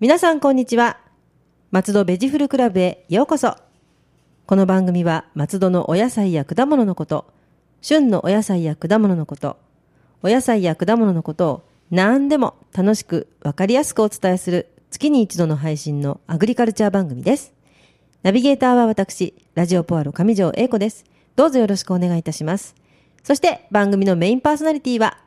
皆さんこんにちは松戸ベジフルクラブへようこそこの番組は松戸のお野菜や果物のこと旬のお野菜や果物のことお野菜や果物のことを何でも楽しくわかりやすくお伝えする月に一度の配信のアグリカルチャー番組ですナビゲーターは私ラジオポアロ上条英子ですどうぞよろしくお願いいたしますそして番組のメインパーソナリティは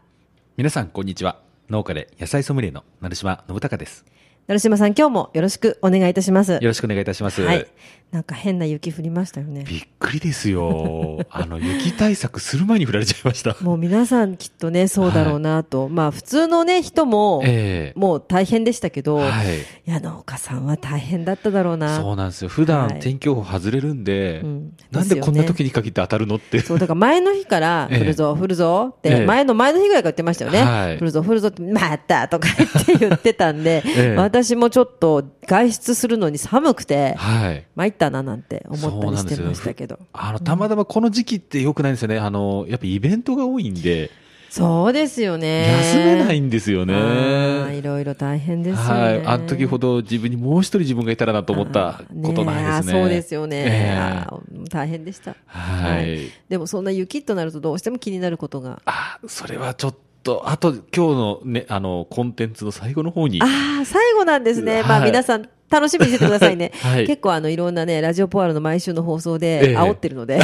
皆さん、こんにちは。農家で野菜ソムリエの成島信孝です。成島さん今日もよろしくお願いいたしますよろしくお願いいたします。はい。なんか変な雪降りましたよね。びっくりで すよ。あの、雪対策する前に振られちゃいました。もう皆さんきっとね、そうだろうなと。まあ普通のね、人も、ええもう大変でしたけど、、はいい。や、農家さんは大変だっただろうな。そううなんですよ。普は段い天気予報外れるんで、んなんでこんですよなね時に限って当たるのって。そう、だから前の日から、ええ降るぞ、降るぞっえて、え前の前の日ぐらいから言ってましたよね。はい降るぞ、降るぞって、またとか言って言ってたんで、 ええ私もちょっと外出するのに寒くて、はい。参ったななんて思そったうりなんしでてすよましたけど。あの、たまたまこの時期って良くないんですよね。あの、やっぱイベントが多いんで、そうですよね。休めないんですよね。あーいろいろ大変ですよね。はい。あの時ほど自分にもう一人自分がいたらなと思ったこあとないですね。ーえあーそうですよね。ええあー大変でした。はいでもそんな雪となるとどうしても気になることが。あ、それはちょっと、あと今日のね、あの、コンテンツの最後の方に。ああ、最後なんですね。はいまあ皆さん楽しみにしててくださいね。 はい結構あのいろんなね、ラジオポアロの毎週の放送でええ煽ってるの で、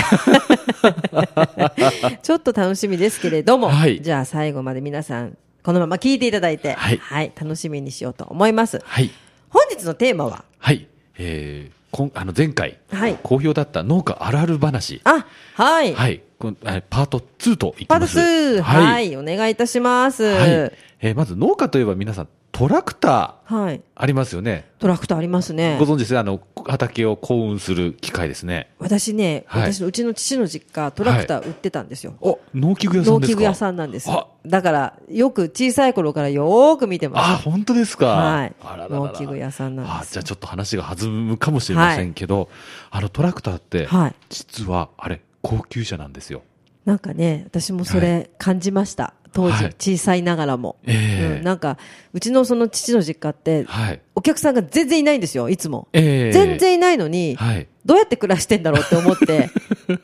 ちょっと楽しみですけれども、はいじゃあ最後まで皆さん、このまま聞いていただいて、はい楽しみにしようと思います。はい。本日のテーマは、はい。えー、こんあの前回、はい好評だった農家あるある話。あ、はい、はい。こんあパート2といきパートます。 2、ははい。い、お願いいたします。はいえーまず農家といえば皆さん、トラクターはい。ありますよね。トラクターありますねご。存知ですねあの、畑を耕運する機械ですね。私ね、はい私のうちの父の実家、トラクター売ってたんですよ。お、農機具屋さ農んです機か具屋さんなんですあ。だから、よく小さい頃からよーく見てます。あ、本当ですか。はいあらららら農機具屋さんなんですあじゃあちょっと話が弾むかもしれませんけど、あのトラクターって、はい実はあれ、高級車なんですよ。なんかね、私もそれ感じました。当時はい、小さいながらも。ええうんなんか、うちのその父の実家って、はい。お客さんが全然いないんですよ、いつも。ええ全然いないのに、はい。どうやって暮らしてんだろうって思 って、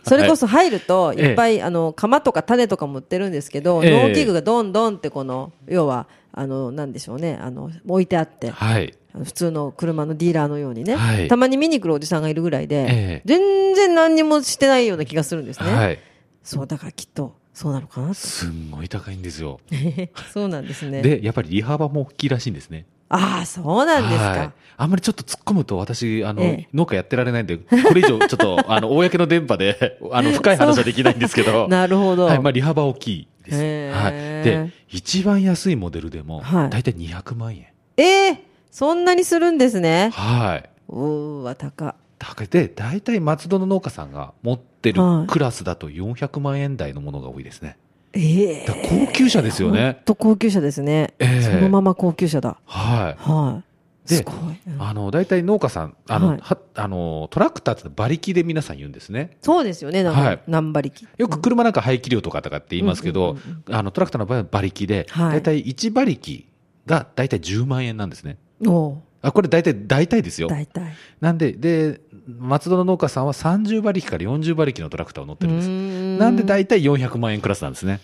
それこそ入ると、ええいっぱい、あの、釜とか種とかも売ってるんですけど、ええ農機具がどんどんってこの、要は、あの、なんでしょうね、あの、置いてあって、はい。あの普通の車のディーラーのようにね、はいたまに見に来るおじさんがいるぐらいで、ええ全然何にもしてないような気がするんですね。はい。そう、だからきっと、そうなのかなすんごい高いんですよ。 そうなんですね。で、やっぱり利幅も大きいらしいんですね。ああ、そうなんですはいか。あんまりちょっと突っ込むと、私、あの、ええ農家やってられないんで、これ以上、ちょっ と、あの、公の電波で、あの、深い話はできないんですけど。なるほど。はい、まあ、利幅大きいです。へはい。ーで、一番安いモデルでも、はいだいたい200万円。ええそんなにするんですね。はい。おーわ、高。高いで、だいたい松戸の農家さんが持ってるはいクラスだと400万円台のものが多いですね。ええだから高級車ですよほんね。と高級車ですね。ええそのまま高級車だ。はい。はい。ですごい。うんあの、だいたい農家さん、あの、はいはあのトラクターって馬力で皆さん言うんですね。そうですよね、なんか、はい何馬力。よく車なんか排気量とかとかって言いますけど、うんうんあの、トラクターの場合は馬力で、はいだいたい1馬力がだいたい10万円なんですね。おーあ、これだいたい、だいたいですよ。大体。なんで、で、松戸の農家さんは30馬力から40馬力のトラクターを乗ってるんです。ななんで大体400万円クラスなんですね。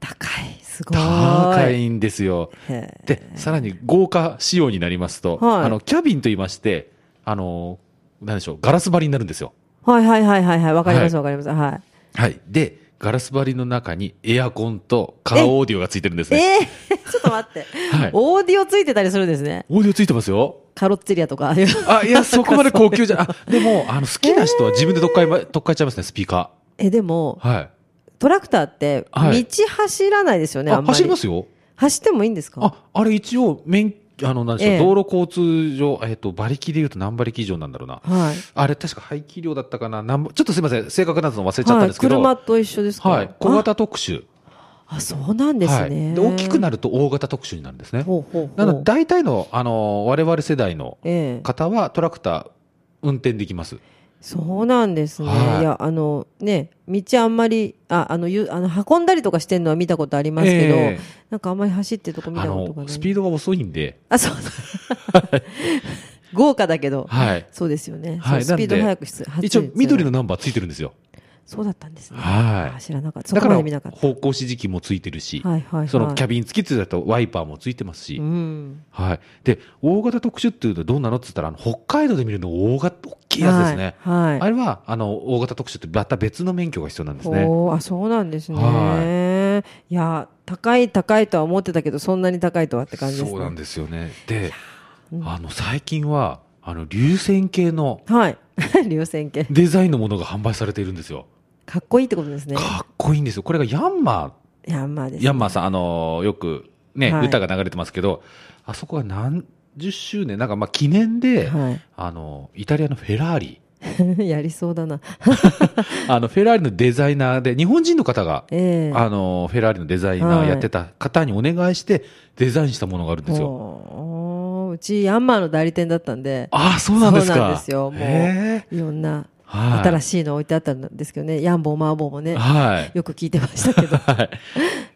高い。すごい。高いんですよ。へえ。で、さらに豪華仕様になりますと、はいあの、キャビンと言いまして、あの、なんでしょう、ガラス張りになるんですよ。はいはいはいはいはい。わかりますはわかります。ははい。で、ガラス張りの中にエアコンとカラーオーディオがついてるんですい。ね。え えちょっと待って。はい。オーディオついてたりするんですね。オーディオついてますよ。カロッツェリアとか。ああいうあ、いや、そこまで高級じゃ、あ、でも、あの、好きな人は自分でどっかいま、どっかいちゃいますね、スピーカ え、でも、ー。はい。トラクターって、道はい走らないですよね、ああ、んまり。走りますよ。走ってもいいんですかあ、あれ一応、免、あの、なんでしょう、ええ道路交通上、えっ、と、馬力で言うと何馬力以上なんだろうな。はい。あれ、確か排気量だったかな。なんぼちょっとすみません、正確なの忘れちゃったんですけど。はい、車と一緒ですかはい小型特殊。ああそうなんですはね、い。で、大きくなるると大型特殊になるんですね。ほうほうほうなので、大体の、あのー我々世代のええ方は、トラクター、運転できます。そうなんですね。はいい、や、あの、ね、道あんまり、あ、あの、ゆあの運んだりとかしてんのは見たことありますけど、ええなんかあんまり走ってるとこ見あたことがのない。スピードが遅いんで、あ、そう。豪華だけど、はい、そうですよね。はいそうスピードな速んでく必要一応緑のの。ナンバーついてるんですよそうだったんですね。はいあ知らなかった。そだこかまらで見なかった。方向指示器もついてるし、はいはいはい。そのキャビン付きっていうのだとワイパーもついてますし、うん。はい、で大型特殊っていうとどうなのって言ったらあの北海道で見るの大型大きいやつですね、はい。はいあれはあの大型特殊ってまた別の免許が必要なんですね。おーあそうなんですね、、はいや高い高いとは思ってたけどそんなに高いとはって感じですねそうなんですよね。で、うんあの最近はあの流線形のはい 流線形デザインのものが販売されているんですよ。かっこいいってことですねかっこいいんですよ。これがヤンマヤンマーです、ー、ヤンマーさん、あのよくね、はい歌が流れてますけど、あそこが何十周年、なんかまあ記念で、はあのイタリアのフェラーリ、い、 やりそうだ な、あのフェラーリのデザイナーで、日本人の方が、ええあのフェラーリのデザイナーやってた方にお願いして、デザインしたものがあるんですよ。ほううちヤンマーの代理店だったんでああ、そうなんですか。そうなんですよもうへえいろんなはい。新しいの置いてあったんですけどね、ヤンボーマーボーもねはい。よく聞いてましたけど は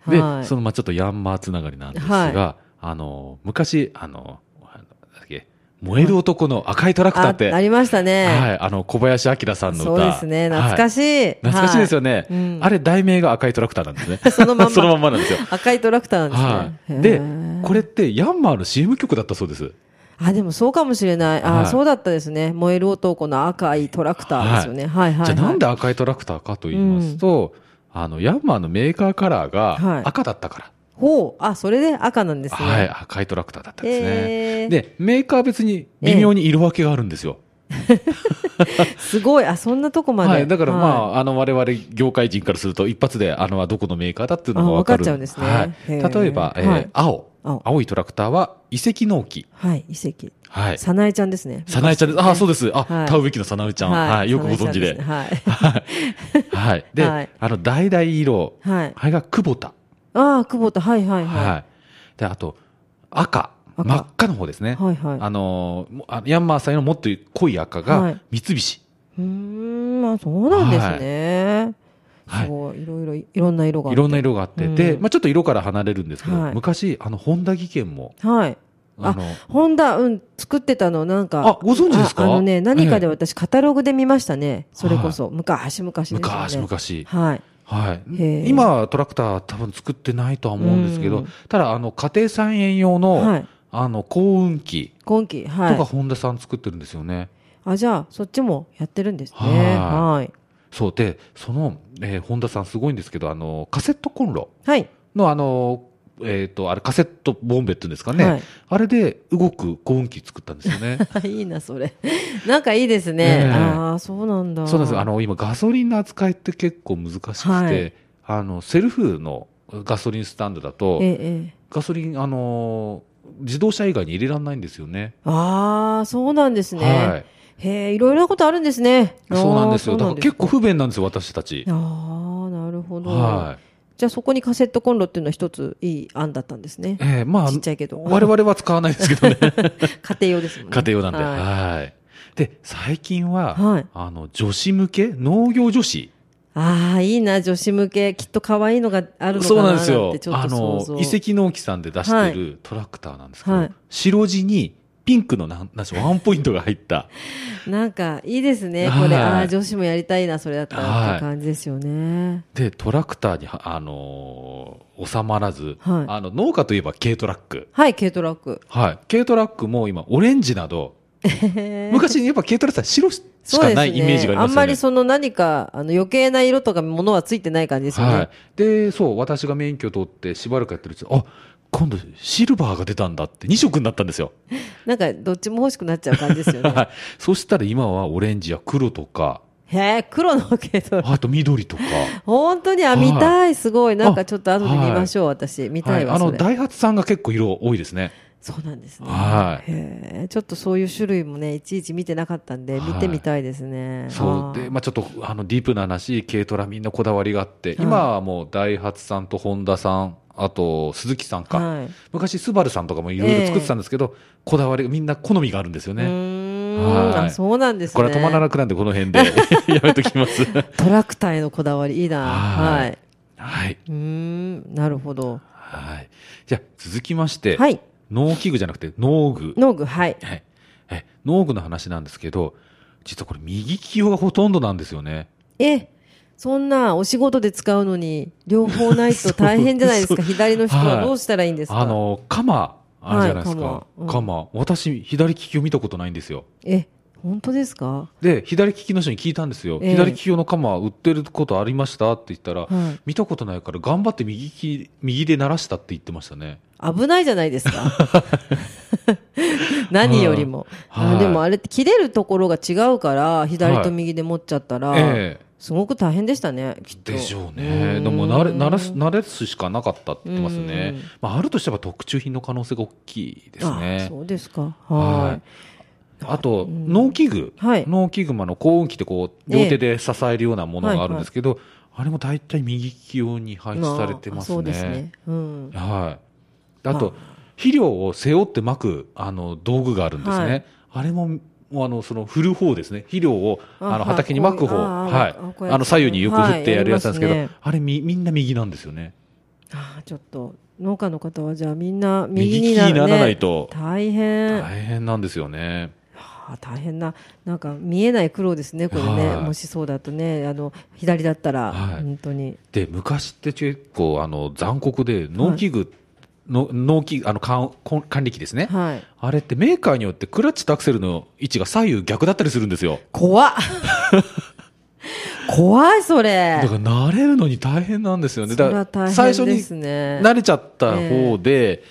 い。で、はいその、まあ、ちょっとヤンマーつながりなんですが、はあの、昔、あの、あのなんだっけ燃える男の赤いトラクターって、あはあい、りましたね、あの、小林明さんのそ歌。うですね懐かい。しい、懐かしいですよね、ね、うんあれ、題名が赤いトラクターなんですね。 そのまんまそのまんまなんですよ。赤いトラクターなんはですね、い。へでー、これって、ヤンマーの CM 曲だったそうです。あ、でもそうかもしれない。あ、はいそうだったですね。燃える男の赤いトラクターですよね。はい、はい、はい。じゃあ、なんで赤いトラクターかと言いますと、あの、ヤンマーのメーカーカラーはいが赤だったから。ほう。あ、それで赤なんですね。はい、赤いトラクターだったんですね。へーで、メーカー別に微妙に色分けがあるんですよ。すごい。あ、そんなとこまで。はい、だからまはあ、あの、我々業界人からすると、一発で、あの、どこのメーカーだっていうのがあ分か分かる。っちゃうんですねへはい。ー例えば、えーはい青。青青いトラクターは、遺跡納期。い、はい、遺跡。はい。早苗ちゃんですね。サナエちゃんです。あ、そうです。あ、はい田植え機のサナエちゃん。はい、よくご存知で。早苗ちゃんすねはい。で、はいあの、大々色。はい。はい。あれが久保田。ああ、久保田。はい、はい、は。はいで、あと、赤。赤真っ赤の方ですね。い。はい、はい。あのーもあヤンマーさんのもっと濃い赤はがい、三菱。うーん、まあそうなんですね。はいすごい。いろいろ、いろんな色があっいて。ろんな色があって、うんで、まあ、ちょっと色から離れるんですけど、はい昔、あの、本田技研も、はい。あの、ホンダ、うん、作ってたの、なんか。あご存知ですかああのね、何かでええ私、カタログで見ましたね。それこそ。昔、昔ですよね。昔昔、はい。はいへえ。今はトラクター多分作ってないとは思うんですけうどん、ただ、あの、家庭菜園用の、はい。あの、幸運機今期、とはかい。本田さん作ってるんですよね。あ、じゃあ、そっちもやってるんですね。は。はいそう。で、その、えー本田さんすごいんですけど、あの、カセットコンロはい。の、あの、えっ、と、あれ、カセットボンベっていうんですかね。はい あれで動く幸運機作ったんですよね。いいな、それ。 なんかいいですえね。えああ、そうなんだ。そうなんですあ、の今、ガソリンの扱いって結構難しくて、はいあのセルフのガソリンスタンドだとえ、え、ええ。ガソリン、あのー自動車以外に入れられないんですよね。ああ、そうなんですはね。い、へえ、いろいろなことあるんですね。そうなんですよ、あーそうだかならんです結構不便なんですよ、私たち。ああ、なるほど。はいじゃあ、そこにカセットコンロっていうのは一ついい案だったんですね。えーまあちっちゃいけど我々は使わないですけどね、 家庭用ですもんね。家庭用なんで。ははいいで最近は、はいあの女子向け、農業女子、ああ、いいな、女子向け。きっと可愛いのがあるのかそうなななんんですよてち、ょっあと想の像。遺跡農機さんで出してるトラクターなんですけど、はい白地にピンクのなんなんでしょうワンポイントが入った。なんか、いいですね。こはいれ、ああ、女子もやりたいな、それだったらっていはうい感じですよね。で、トラクターには、あのー収まらず、はいあの、農家といえば軽トラック。はい、軽トラック。はい。軽トラックも今、オレンジなど、昔昔やっぱ軽トラックは白しそうでかすなね。いイメージがありますよね。あんまりその何か、あの余計な色とかものはついてない感じですよね。はい。で、そう、私が免許取ってしばらくやってるうちに、あ、今度シルバーが出たんだって、2色になったんですよ。なんか、どっちも欲しくなっちゃう感じですよね。 はい。そしたら今はオレンジや黒とか、へえ、黒の軽トラック。 あと緑とか。本当に、あ、はい見たい、すごい。なんかちょっと後で見ましょう、私。 見たいはわ、あその、れ。ダイハツさんが結構色多いですね。そうなんですね。はいへえちょっとそういう種類もね、いちいち見てなかったんで、はい見てみたいですね。そうあーで、まあ、ちょっとあのディープな話、軽トラみんなこだわりがあって、今はもうダイハツさんとホンダさん、あと鈴木さんか、はい。昔、スバルさんとかもいろいろ作ってたんですけど、こだわり、みんな好みがあるんですようね。ーんんはいあそうなんですねこれは止まらなくなんで、この辺で やめときます。トラクターへのこだわりいいなははいい、はい。うーんなるほどはい。じゃあ、続きまして、はい農機具じゃなくて農具。農具はいはい。え、農具の話なんですけど、実はこれ右利き用がほとんどなんですよね。えそんなお仕事で使うのに両方ない と大変じゃないですか左の人はどうしたらいいんですか、あの、鎌、あるじゃないですか。はい鎌うん鎌私、左利きを見たことないんですよ。え本当ですか、で、左利きの人に聞いたんですよ。ええ左利き用の鎌売ってることありましたって言ったら、はい見たことないから頑張って右利き、右で鳴らしたって言ってましたね。危ないじゃないです か。何よりも、はいあでもあれって切れるところが違うから左と右で持っちゃったら、ええすごく大変でしたねきっとでしょううね。んでも慣れ、慣らす、慣れすしかなかったって言ってますねうん。まあ、あるとしては特注品の可能性が大きいですあね。そうですかは。はいあと、農機具。はい農機具もあの、幸運機ってこう、両手で支えるようなものがあるんですけど、あれも大体右利き用に配い、置されてますね。そうですね、うん、はい。あと、肥料を背負ってまく、あの、道具があるんですね。はいあれも、もうあの、その、振る方ですね。肥料を、ああの、はい畑にまく方。こういうあーはいあ。こうやってあの、左右によく振ってやるやつなんですけど、はいやりますねあれみ、みんな右なんですよね。あーちょっと農家の方はじゃあみんな右右利にきなにる、ね、ならないと、大変、大変なんですよね。はあ、大変な、なんか見えない苦労ですね、これね、はいもしそうだとね、あの左だったら、はい本当に。で昔って結構あの残酷で農機具の、農機あの管管理機ですね、はい、あれってメーカーによってクラッチとアクセルの位置が左右逆だったりするんですよ怖っ 怖い、それだ。から慣れるのに大変なんですよねそれだはから大最初変にですね。慣れちゃった方で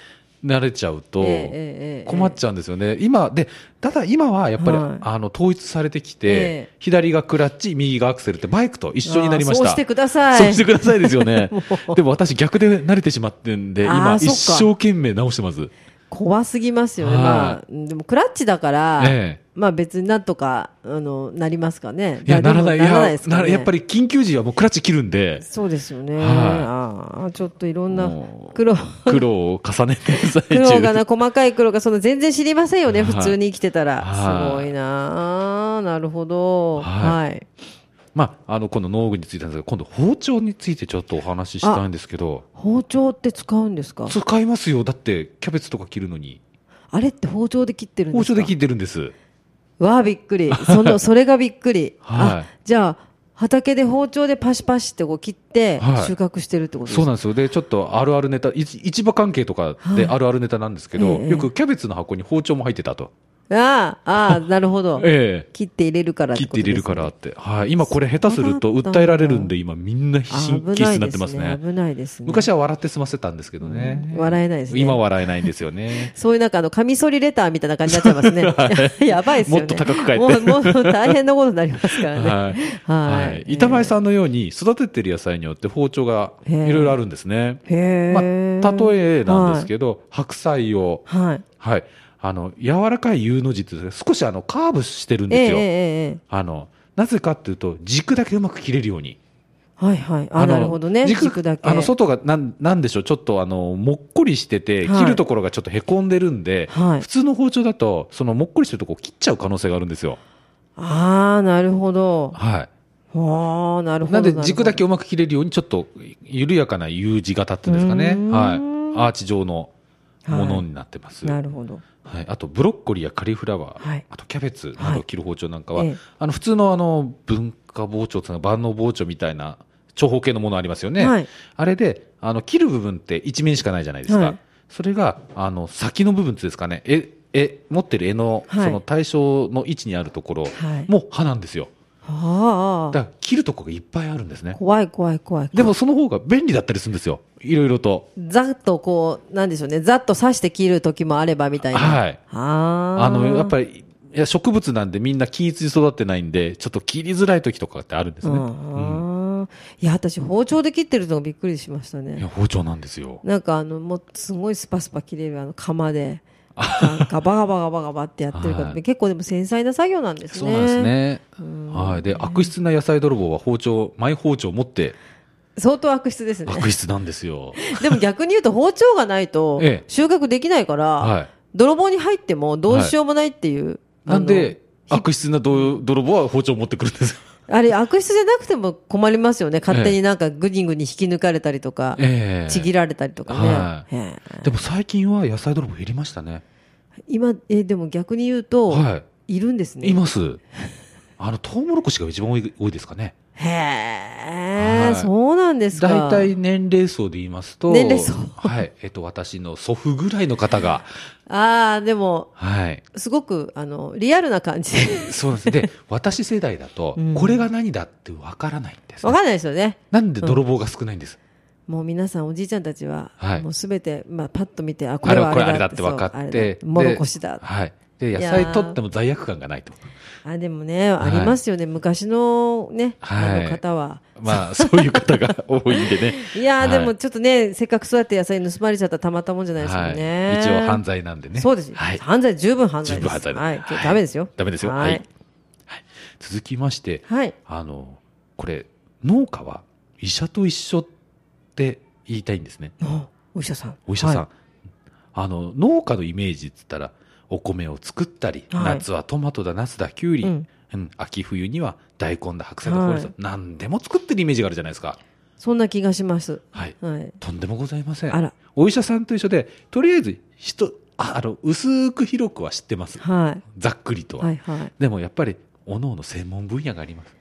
慣れちゃうとええええええ困っちゃうんですよね今でただ今はやっぱり、はいあの統一されてきて、ええ左がクラッチ右がアクセルってバイクと一緒になりましたあーそうしてください。そうしてくださいですよね も。うでも私逆で慣れてしまってんで、今あーそっ一か生懸命直してます。怖すぎますよね。はいまあ、でもクラッチだから、ええまあ別になんとか、あの、なりますかね。いや、ならない。いでもならないでやす、かならね。やっぱり緊急時はもうクラッチ切るんで、そうですよね。はいああ、ちょっといろんなもう 苦労。苦労を重ねて最苦中労がな、細かい苦労が、その全然知りませんよね、はい普通に生きてたら。はいすごいなあなるほど。ははい。まあ、あの、今度農具についてなんですけど、今度包丁についてちょっとお話ししたいんですけど、包丁って使うんですか使いますよ。だって、キャベツとか切るのに。あれって包丁で切ってるんで包すか丁で切ってるんです。わあ、びっくり。そ の、それがびっくり。はいあ、じゃあ、畑で包丁でパシパシってこう切ってはい、収穫してるってことですそうかなんですよ。で、ちょっとあるあるネタ、い市場関係とかであるあるネタなんですけど、ええよくキャベツの箱に包丁も入ってたと。ああ、ああ、 なるほど。ええ切って入れるから切てっことてですね入れるからって、はい、今これ下手すると訴えられるんで今みんな神経質になってますね危ないですね。危ないですね昔は笑って済ませたんですけどね、笑えないですね。今笑えないんですよねそういうなんかあの、カミソリレターみたいな感じになっちゃい ますね。やばいですよね。もっと高く書いてもう、もう大変なことになりますからね。 はい、はいはい板前さんのように育ててる野菜によって包丁がいろいろあるんですね、へまあ、え。例えなんですけど、白菜を、ど。はい。はい、あの柔らかい U の字っていうか少しあのカーブしてるんえええですよ、ええあのなぜかっていうと軸だけうまく切れるようにえはいはい。あ、のなるほどね。軸だけ。あの、外が、なん、なんでしょう、ちょっとあの、もっこりしてて、はい切るところがちょっと凹んでるんで、はい普通の包丁だと、そのもっこりしてるとこを切っちゃう可能性があるんですよ。ああ、なるほど。はい。ああ、なるほど。なんで軸だけを。うまく切れるように、ちょっと緩やかな U 字型っていうんですかねうー。んはい。アーチ状のものになってます。は。ないるほど。あと、ブロッコリーやカリフラワー、はいあとキャベツなどを切る包丁なんかは、はいええあの、普通のあの、文化包丁というか万能包丁みたいな、長方形のものありますよね。はい。あれで、あの、切る部分って一面しかないじゃないですか。はいそれが、あの、先の部分っていうんですかね。え、え、持ってる絵の、はいその対象の位置にあるところはいも刃なんですよ。あだあ。から切るとこがいっぱいあるんですね。怖い怖い怖い。でもその方が便利だったりするんですよ。いろいろと。ざっとこう、なんでしょうね。ざっと刺して切る時もあればみたいな。はい。ああ。あの、やっりぱり、いや植物なんでみんな均一に育ってないんで、ちょっと切りづらい時とかってあるんですね。うんいや、私、包丁で切ってるのがびっくりしましたいや、ね。包丁なんですよ。なんか、あの、もう、すごいスパスパ切れる、あの、釜 で、ガガバガバガバガバってやってるから、はい結構でも繊細な作業なんですね。そうなんです。ね。はい。で、悪質な野菜泥棒は包丁、マイ包丁を持って相当悪質ですね。悪質なんですよ。 でも逆に言うと、包丁がないとええ、収穫できないから、はい泥棒に入ってもどうしようもないっていう。なんであの、悪質など泥棒は包丁を持ってくるんですよ。あれ、悪質じゃなくても困りますよね。勝手になんかグニグニ引き抜かれたりとか、ええちぎられたりとかはね。ええでも最近は野菜泥棒減りましたね。今、え、でも逆に言うと、、はいるんですね。います。あの、トウモロコシが一番多い多いですかね。へえ、はいそうなんですか。大体年齢層で言いますと、年齢層はい。えっと、私の祖父ぐらいの方が、ああ、でも、はい。すごく、あの、リアルな感じで。 そうなんで す。で、私世代だとうん、これが何だってわからないんですね、わかんないですよね。なんで泥棒が少ないんです。もう皆さん、おじいちゃんたちは、はいもうすべて、まあ、パッと見て、あ、こあれれははあこれれだあれだって分かっそうて。あれだもろこしでだ。はい。で、野いやー菜取っても罪悪感がないと。あ、でもね、あいりますよね。昔のね、はいあの方は。まあ、そういう方が 多いんでね。いやー、はでいもちょっとね、せっかくそうやって野菜盗まれちゃったらたまったもんじゃないですもんね。はい、一応犯罪なんでね。そうです、はい。犯罪、十分犯罪十です。分犯罪はい。はいダメですよ。ダメですよ。はい。はい続きまして、はい。あの、これ、農家は医者と一緒って言いたいんですね。おお医者さん。お医者さん。はいあの、農家のイメージって言ったら、お米を作ったり、はい夏はトマトだ、夏だ、きゅうり、ううんん秋冬には大根だ、白菜だ、ほうれん草、はい何でも作ってるイメージがあるじゃないですか。そんな気がします。はい。はい。とんでもございません。あら。お医者さんと一緒で、とりあえず、人、ああの、薄く広くは知ってます。はい。ざっくりとは。はいはい。でもやっぱり、おのおの専門分野があります。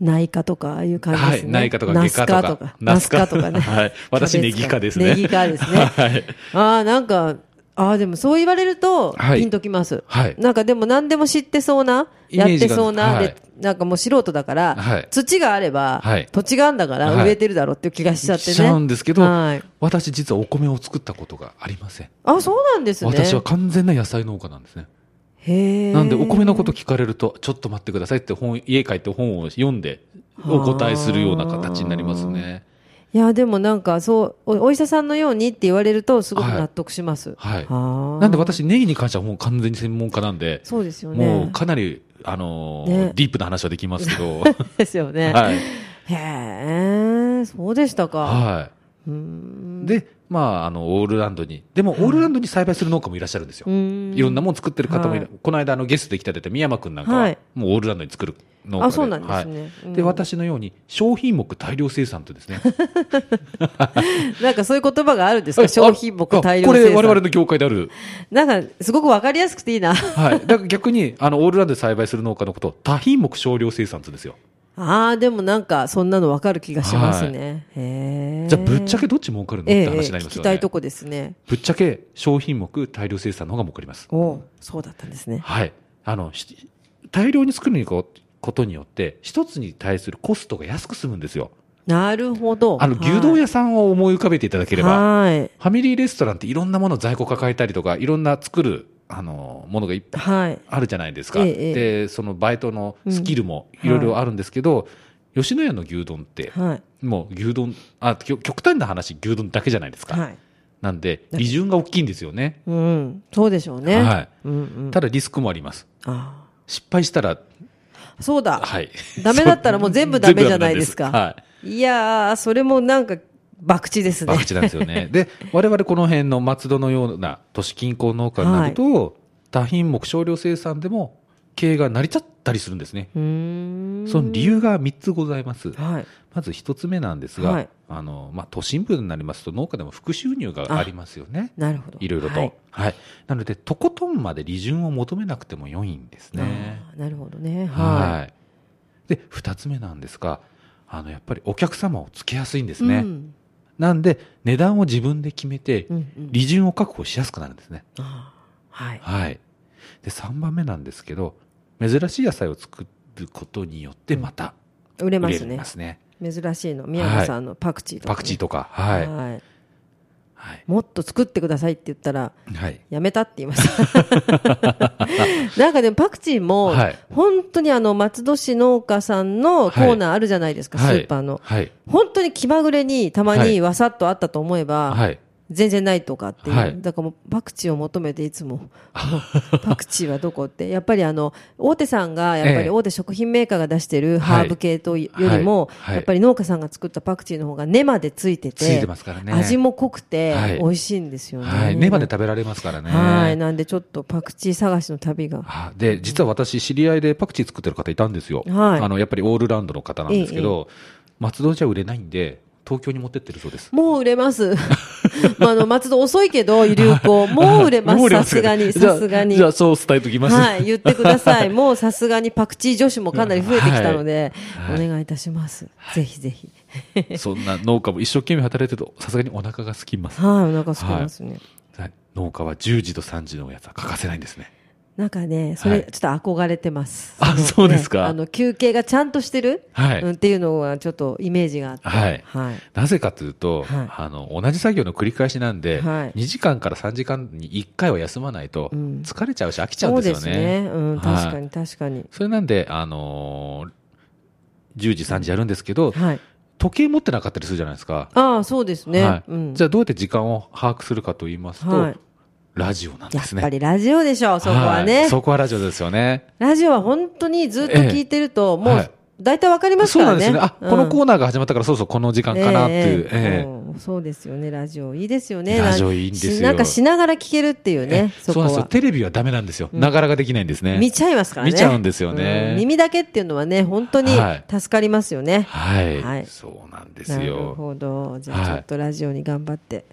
内科とか、ああいう感じですね。はい、内科とか外科とか。ナス科とか。ナス科とかね。はい。私、ネギ科ですね。ネギ科ですね はい。ああ、なんか、ああ、でもそう言われると、はいピンときます。はい。なんかでも何でも知ってそうな、イやメっージがてそうな、はいで、なんかもう素人だから、はい土があれば、はい土地があるんだから、はい植えてるだろうっていう気がしちゃってね。しちゃうんですけどはい。私、実はお米を作ったことがありません。あ、そうなんですね。私は完全な野菜農家なんですね。へえ。なんで、お米のこと聞かれると、ちょっと待ってくださいって本、家帰って本を読んで、お答えするような形になりますね。いや、でもなんか、そう、おお医者さんのようにって言われると、すごく納得します。はい。はあなんで、私、ネギに関してはもう完全に専門家なんで、そうですよね。もうかなり、あのーねディープな話はできますけど、 ですよね。はい。へえ、そうでしたか。はうーんい。で、まあ、あの、オールランドに、でも、オールランドに栽培する農家もいらっしゃるんですよ。いいろんなもの作ってる方もいる、はこの間あのゲストで来た出て宮山君なんかは、はいもうオールランドに作る農家であ、そうなんですね。うはんい、で私のように商品目大量生産とですね なんかそういう言葉があるんですか 商品目大量あこ生れ我々産。の業界である、なんか、すごくわかりやすくていい な。はい、だから逆にあのオールランドで栽培する農家のことを多品目少量生産とですよああ、でもなんか、そんなのわかる気がしますね。へえ。じゃあぶっちゃけどっち儲かるのっええ、えてえ話になり聞ますきよたねい、とこですね。ぶっちゃけ商品目大量生産の方が儲かりますおうそうだったんですね。はいあのし大量に作ることによって一つに対するコストが安く済むんですよなるほど。あの牛丼屋さんを思い浮かべていただければ、はい。ファミリーレストランっていろんなもの在庫抱えたりとか、いろんな作る、あの、ものがいっぱいはい。あるじゃないですか。えええで、そのバイトのスキルもいろいろあるんですけど、吉野家の牛丼って、はい。もう牛丼、あ、きょ極端な話、牛丼だけじゃないですか。はい。なんで、利潤が大きいんですよね。うん。そうでしょうね。はい。うんうん。ただリスクもあります。あ失敗したら、あ。そうだ。はい。ダメだったらもう全部ダメじゃないですか全部ダメなんですはい。いやー、それもなんか、博打ですね。博打なんです よね。で、我々この辺の松戸のような都市近郊農家になると、多品目少量生産でも経営が成り立ったりするんですね。うーん。その理由が3つございます。はい。まず1つ目なんですが、はいあの、まあ、都心部になりますと農家でも副収入がありますよね。なるほど。いろいろと、ははい。なので、とことんまで利潤を求めなくても良いんですね。あーなるほどね。ははい。で、2つ目なんですが、あの、やっぱりお客様をつけやすいんでい。すね。うんなんで、値段を自分で決めてう、んうん利潤を確保しやすくなるんですね。あーはい。はい。で、3番目なんですけど、珍しい野菜を作ることによって、また売れ売まれすねま。すね。珍しいの。宮野さんのパクチーとかね。パクチーとか。はい。はい。はい。もっと作ってくださいって言ったら、はい。やめたって言いました。 なんかでもパクチーも、はい本当にあの、松戸市農家さんのコーナーあるじゃないですか、はいスーパーの。はい。本当に気まぐれにたまはにいわさっとあったと思えば、はい。全然ないとかっていう、はいだからもうパクチーを求めていつもパクチーはどこってやっぱりあの大手さんがやっぱええり大手食品メーカーが出してるハーブ系とよりも、はいはいやっぱり農家さんが作ったパクチーの方が根までついてついててますからね。味も濃くてはい美味しいんですよね。はい。根まで食べられますからね。はいなんでちょっとパクチー探しの旅があで、実は私、知り合いでパクチー作ってる方いたんですよ。はいあの、やっぱりオールラウンドの方なんですけど、松戸じゃ売れないんで、東京に持ってってるそうです。もう売れ ます。まあ、あの、松戸遅いけど、流行。もう売れま もす。う売れさますすがに、じゃあさすがにじゃ。あ、そう伝えときます。はい、言ってください。もうさすがにパクチー女子もかなり増えてきたので、はいお願いいたします。ぜひぜひ。 そんな農家も一生懸命働いてると、さすがにお腹が空きます。はい、お腹すきますね。はい農家は10時と3時のおやつは欠かせないんですね。なんかね、そはれ、いちょっと憧れてます。あのそうですかねあの、休憩がちゃんとしてる、はいうんっていうのは、ちょっとイメージがあって。はいはい。なぜかというと、はいあの、同じ作業の繰り返しなんで、はい2時間から3時間に1回は休まないと、うん疲れちゃうし飽きちゃうそんうでですすよね。ね。うん、はい確かに確かに。それなんで、あのー10時、3時やるんですけど、はい。時計持ってなかったりするじゃないですか。ああ、そうですね。はいうん。じゃあどうやって時間を把握するかと言いますと、はいラジオなんでやっすね。ぱりラジオでしょう、そこはね。いそこはラジオですよね。ラジオは本当にずっと聞いてると、ええもはうい大体わかりますそうからなんでね。すね。あ、このコーナーが始まったからそうそうこの時間かなっていう。ええええうんそうですよね、ラジオ。いいですよね。ラジオいいんですよしなんかしながら聞けるっていうね、えそそうこなんですよ。は。テレビはダメなんですよ。ながらができないんですね。見ちゃいますからね。見ちゃうんですよねうん耳だけっていうのはね、本当にはい助かりますよね。はい、はいそうなんでなするよ。ほど。じゃあちょっとラジオに頑張って。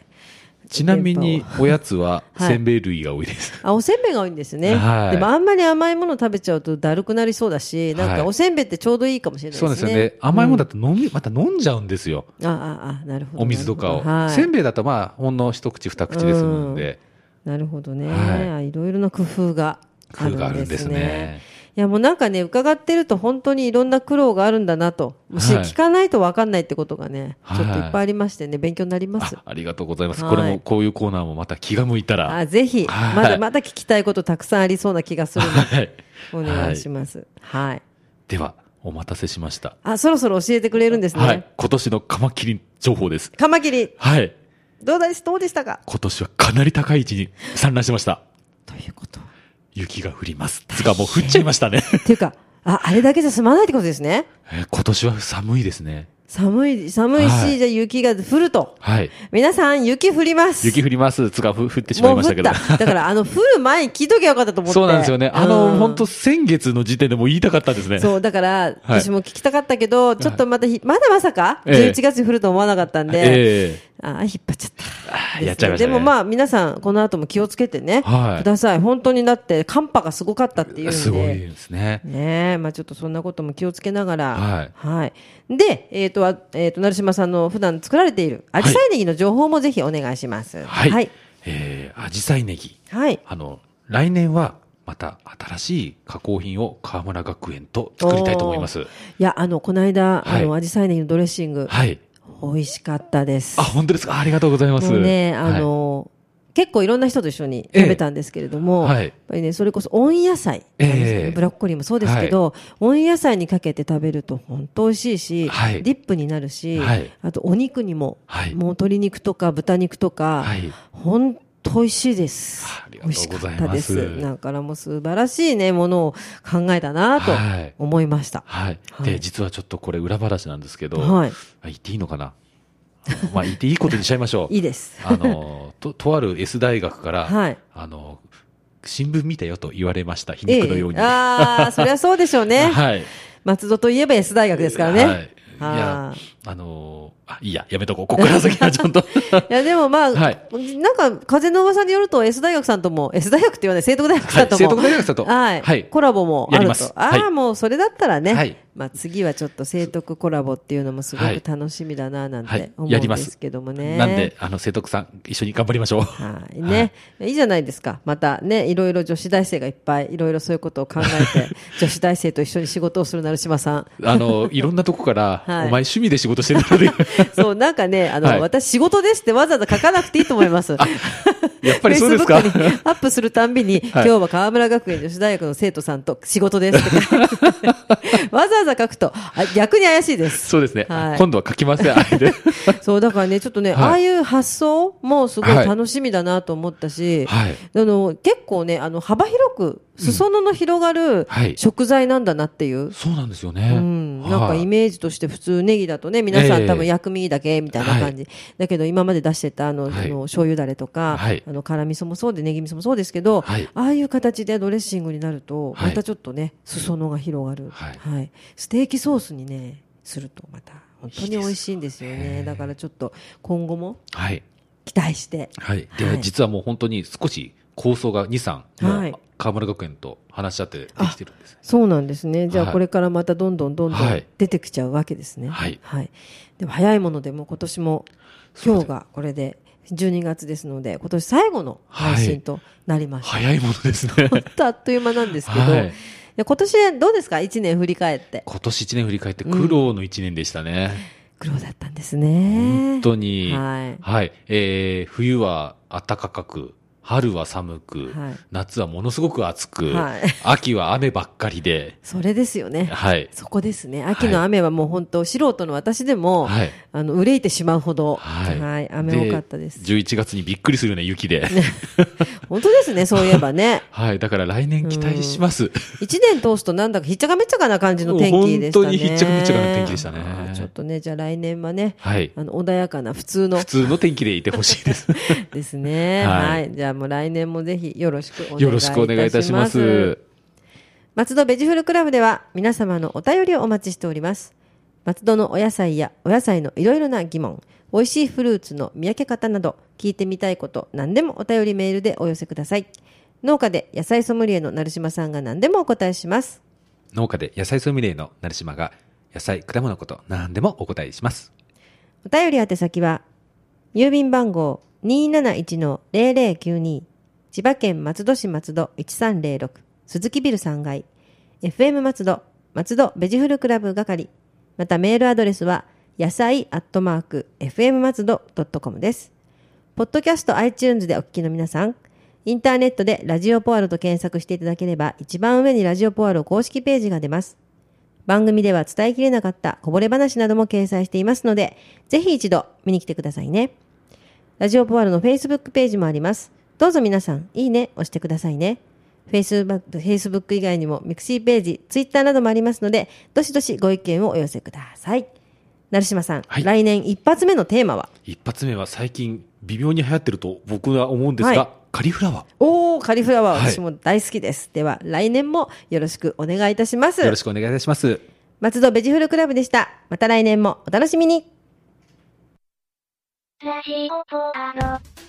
ちなみに電波を。おやつははいせんべい類が多いです。あおせんべいが多いんですね、はいでもあんまり甘いもの食べちゃうとだるくなりそうだしなんはいかおせんべいってちょうどいいかもしれないですそね、うなんですよね。甘いものだと飲み、また飲んじゃうんですよ。あああなるほどお水とかなるを。ほどはいせんべいだとまあ、ほんの一口二口ですもんで、なるほどね、はいあい、ろいろな工夫があ工夫があるるんんでですすねね。いやもうなんかね伺ってると本当にいろんな苦労があるんだなともしはい聞かないと分かんないってことがね、はいちょっといっぱいありましてね勉強になりますあ。ありがとうございます。はいこれも、こういうコーナーもまた気が向いたら。あぜひ、はいまだまだ聞きたいことたくさんありそうな気がするのではい。お願いします。はい、では、お待たせしました。あそろそろ教えてくれるんですね。はい。今年のカマキリ情報です。カマキリはい。どうだどうでしたか今年はかなり高い位置に散乱しました。ということは雪が降ります。つかもう降っちゃいましたね。 っていうかああれだけじゃ済まないってことですね。えー今年は寒いですね。寒い寒いし、はいじゃあ雪が降るとはい。皆さん雪降ります。雪降ります。つかふ降ってしまいましたけどもう。降っただから、あの、降る前に聞いときゃよかったと思って。 そうなんですよね。あうの、ん本当先月の時点でもう言いたかったですね。そう、だから、私も聞きたかったけど、ちょっとまたひ、まだまさか、ええ11月に降ると思わなかったんで、えああ、引っ張っちゃっあた。ーやっちゃいましでたねもまあ、皆さん、この後も気をつけてね、はいください。本当にだって、寒波がすごかったっていうんえで。すごいですね。ねえ、まあちょっとそんなことも気をつけながら。はいで、えっ、と、あえっ、と、成島さんの普段作られている、アジサイネギの情報もぜひお願いします。はい。はい。えー、アジサイネギ。はいあの、来年はまた新しい加工品を川村学園と作りたいと思います。いや、あの、この間、はいあの、アジサイネギのドレッシング、はい。美味しかったです。あ、本当ですかありがとうございます。もうね、あはい、の、結構いろんな人と一緒に食べたんですけれども、ええはいやっぱりね、それこそ温野菜なんですよね、ええブロッコリーもそうですけど、温野菜にかけて食べると本当美味しいし、はいディップになるし、はいあとお肉にも、はいもう鶏肉とか豚肉とか、はい本当美味しいですあ。り美がとう味ごしざいかますったです。だからもう素晴らしいね、ものを考えたなとはい思いました。はい。はで、い実はちょっとこれ裏話なんですけど、はいあ言っていいのかなあのまあ、言っていいことにしちゃいましょう。 いいです。あの、と、とある S 大学から、はいあの、新聞見たよと言われました。皮肉のように。ええああ、そりゃそうでしょうね。 はい。松戸といえば S 大学ですからね。はい。いはや、あのーあ、いいや、やめとこう。ここから先はちゃん と。いや、でもまあ、はいなんか、風の噂によると、S 大学さんとも、S 大学って言わない、聖徳大学さんとも、はい聖徳大学さんとはいはいコラボもあやりるますと。ああ、はいもうそれだったらね、はいまあ次はちょっと聖徳コラボっていうのもすごはくい楽しみだな、なん はてい思うんやりまですすけどもね。なんで、あの、生徳さん、一緒に頑張りましょう。はいね、い、いじゃないですか、またね、いろいろ女子大生がいっぱい、いろいろそういうことを考え て、女子大生と一緒に仕事をする成島さん、あの、いろんなとこから、はいお前趣味で仕事 してるので、 そう、なんかね、あの、はい 私仕事ですってわざわざ書かなくていいと思います。やっぱりそうですか Facebook にアップするたんびに、今日は河村学園女子大学の生徒さんと仕事ですって書いて わざわざ書くと、あ逆に怪しいです。そうですね、はい今度は書き ません、あれで。そう、だからね、ちょっとね、はいああいう発想もすごいはい楽しみだなと思ったし、はい。あの結構ね、あの幅広く、裾野の広がるはい食材なんだなっていう。そうなんですよね。うん、なんかはいイメージとして普通ネギだとね皆さえんえ多分薬味だけみたいな感じ、だけど今まで出してたあの、はいあの醤油だれとか、はいあの辛味噌もそうでネギ味噌もそうですけど、はいああいう形でドレッシングになると、はいまたちょっとね裾野が広がる、はいステーキソースにねするとまた本当に美味しいんですよねいいですよねだからちょっと今後もはい。期待してはい。で、はい実はもう本当に少し構想が2、3、はいもう河村学園と話し合ってできてるんですね。そうなんですね。じゃあはいこれからまたどんどんどんどはんい出てきちゃうわけですね。はいでも早いものでもう今年も今日がこれで12月ですので今年最後の配信となりました。早いもの ですね。本当あっという間なんですけど、はいいや今年どうですか1年振り返って今年1年振り返って苦労の1年でしたね。苦労だったんですね本。当に。はいはい。えー冬は暖かく、春は寒く、はい夏はものすごく暑く、はい秋は雨ばっかりで、それですよね。はい。そこですね。秋の雨はもう本当、素人の私でも、はいあの憂いてしまうほど、はい。雨多かったです。 11月にびっくりするような雪 で。本当ですね。そういえばね。はい。だから来年期待します。一年通すとなんだかひっちゃかめっちゃかな感じの天気でしたね。本当にひっちゃかめっちゃかな天気でしたねあーちょっとね、じゃあ来年はね、はい。あの穏やかな普通の普通の天気でいてほし いです。ですね。はいはい。じゃあもう来年もぜひよろしくお願いいたします。よろしくお願いいたします。松戸ベジフルクラブでは皆様のお便りをお待ちしております。松戸のお野菜やお野菜のいろいろな疑問、美味しいフルーツの見分け方など聞いてみたいこと何でもお便りメールでお寄せください。農家で野菜ソムリエの成島さんが何でもお答えします。農家で野菜ソムリエの成島が野菜、果物のこと何でもお答えします。お便り宛先は、郵便番号271-0092、千葉県松戸市松戸1306、鈴木ビル3階、FM 松戸、松戸ベジフルクラブ係、またメールアドレスは、野菜アットマーク、FM 松戸 .com です。ポッドキャスト iTunes でお聞きの皆さん、インターネットでラジオポアロと検索していただければ、一番上にラジオポアロ公式ページが出ます。番組では伝えきれなかったこぼれ話なども掲載していますので、ぜひ一度見に来てくださいね。ラジオポアロの Facebook ページもあります。どうぞ皆さん、いいね、押してくださいね。Facebook, Facebook 以外にも、ミクシーページ、Twitter などもありますので、どしどしご意見をお寄せください。成島さん、はい来年一発目のテーマは一発目は最近微妙に流行ってると僕は思うんですが、はいカリフラワおー、カリフラワー、はい私も大好きです。では、来年もよろしくお願いいたしますー。よろしくお願いいたします。松戸ベジフルクラブでした。また来年もお楽しみに。ラジオポアロ。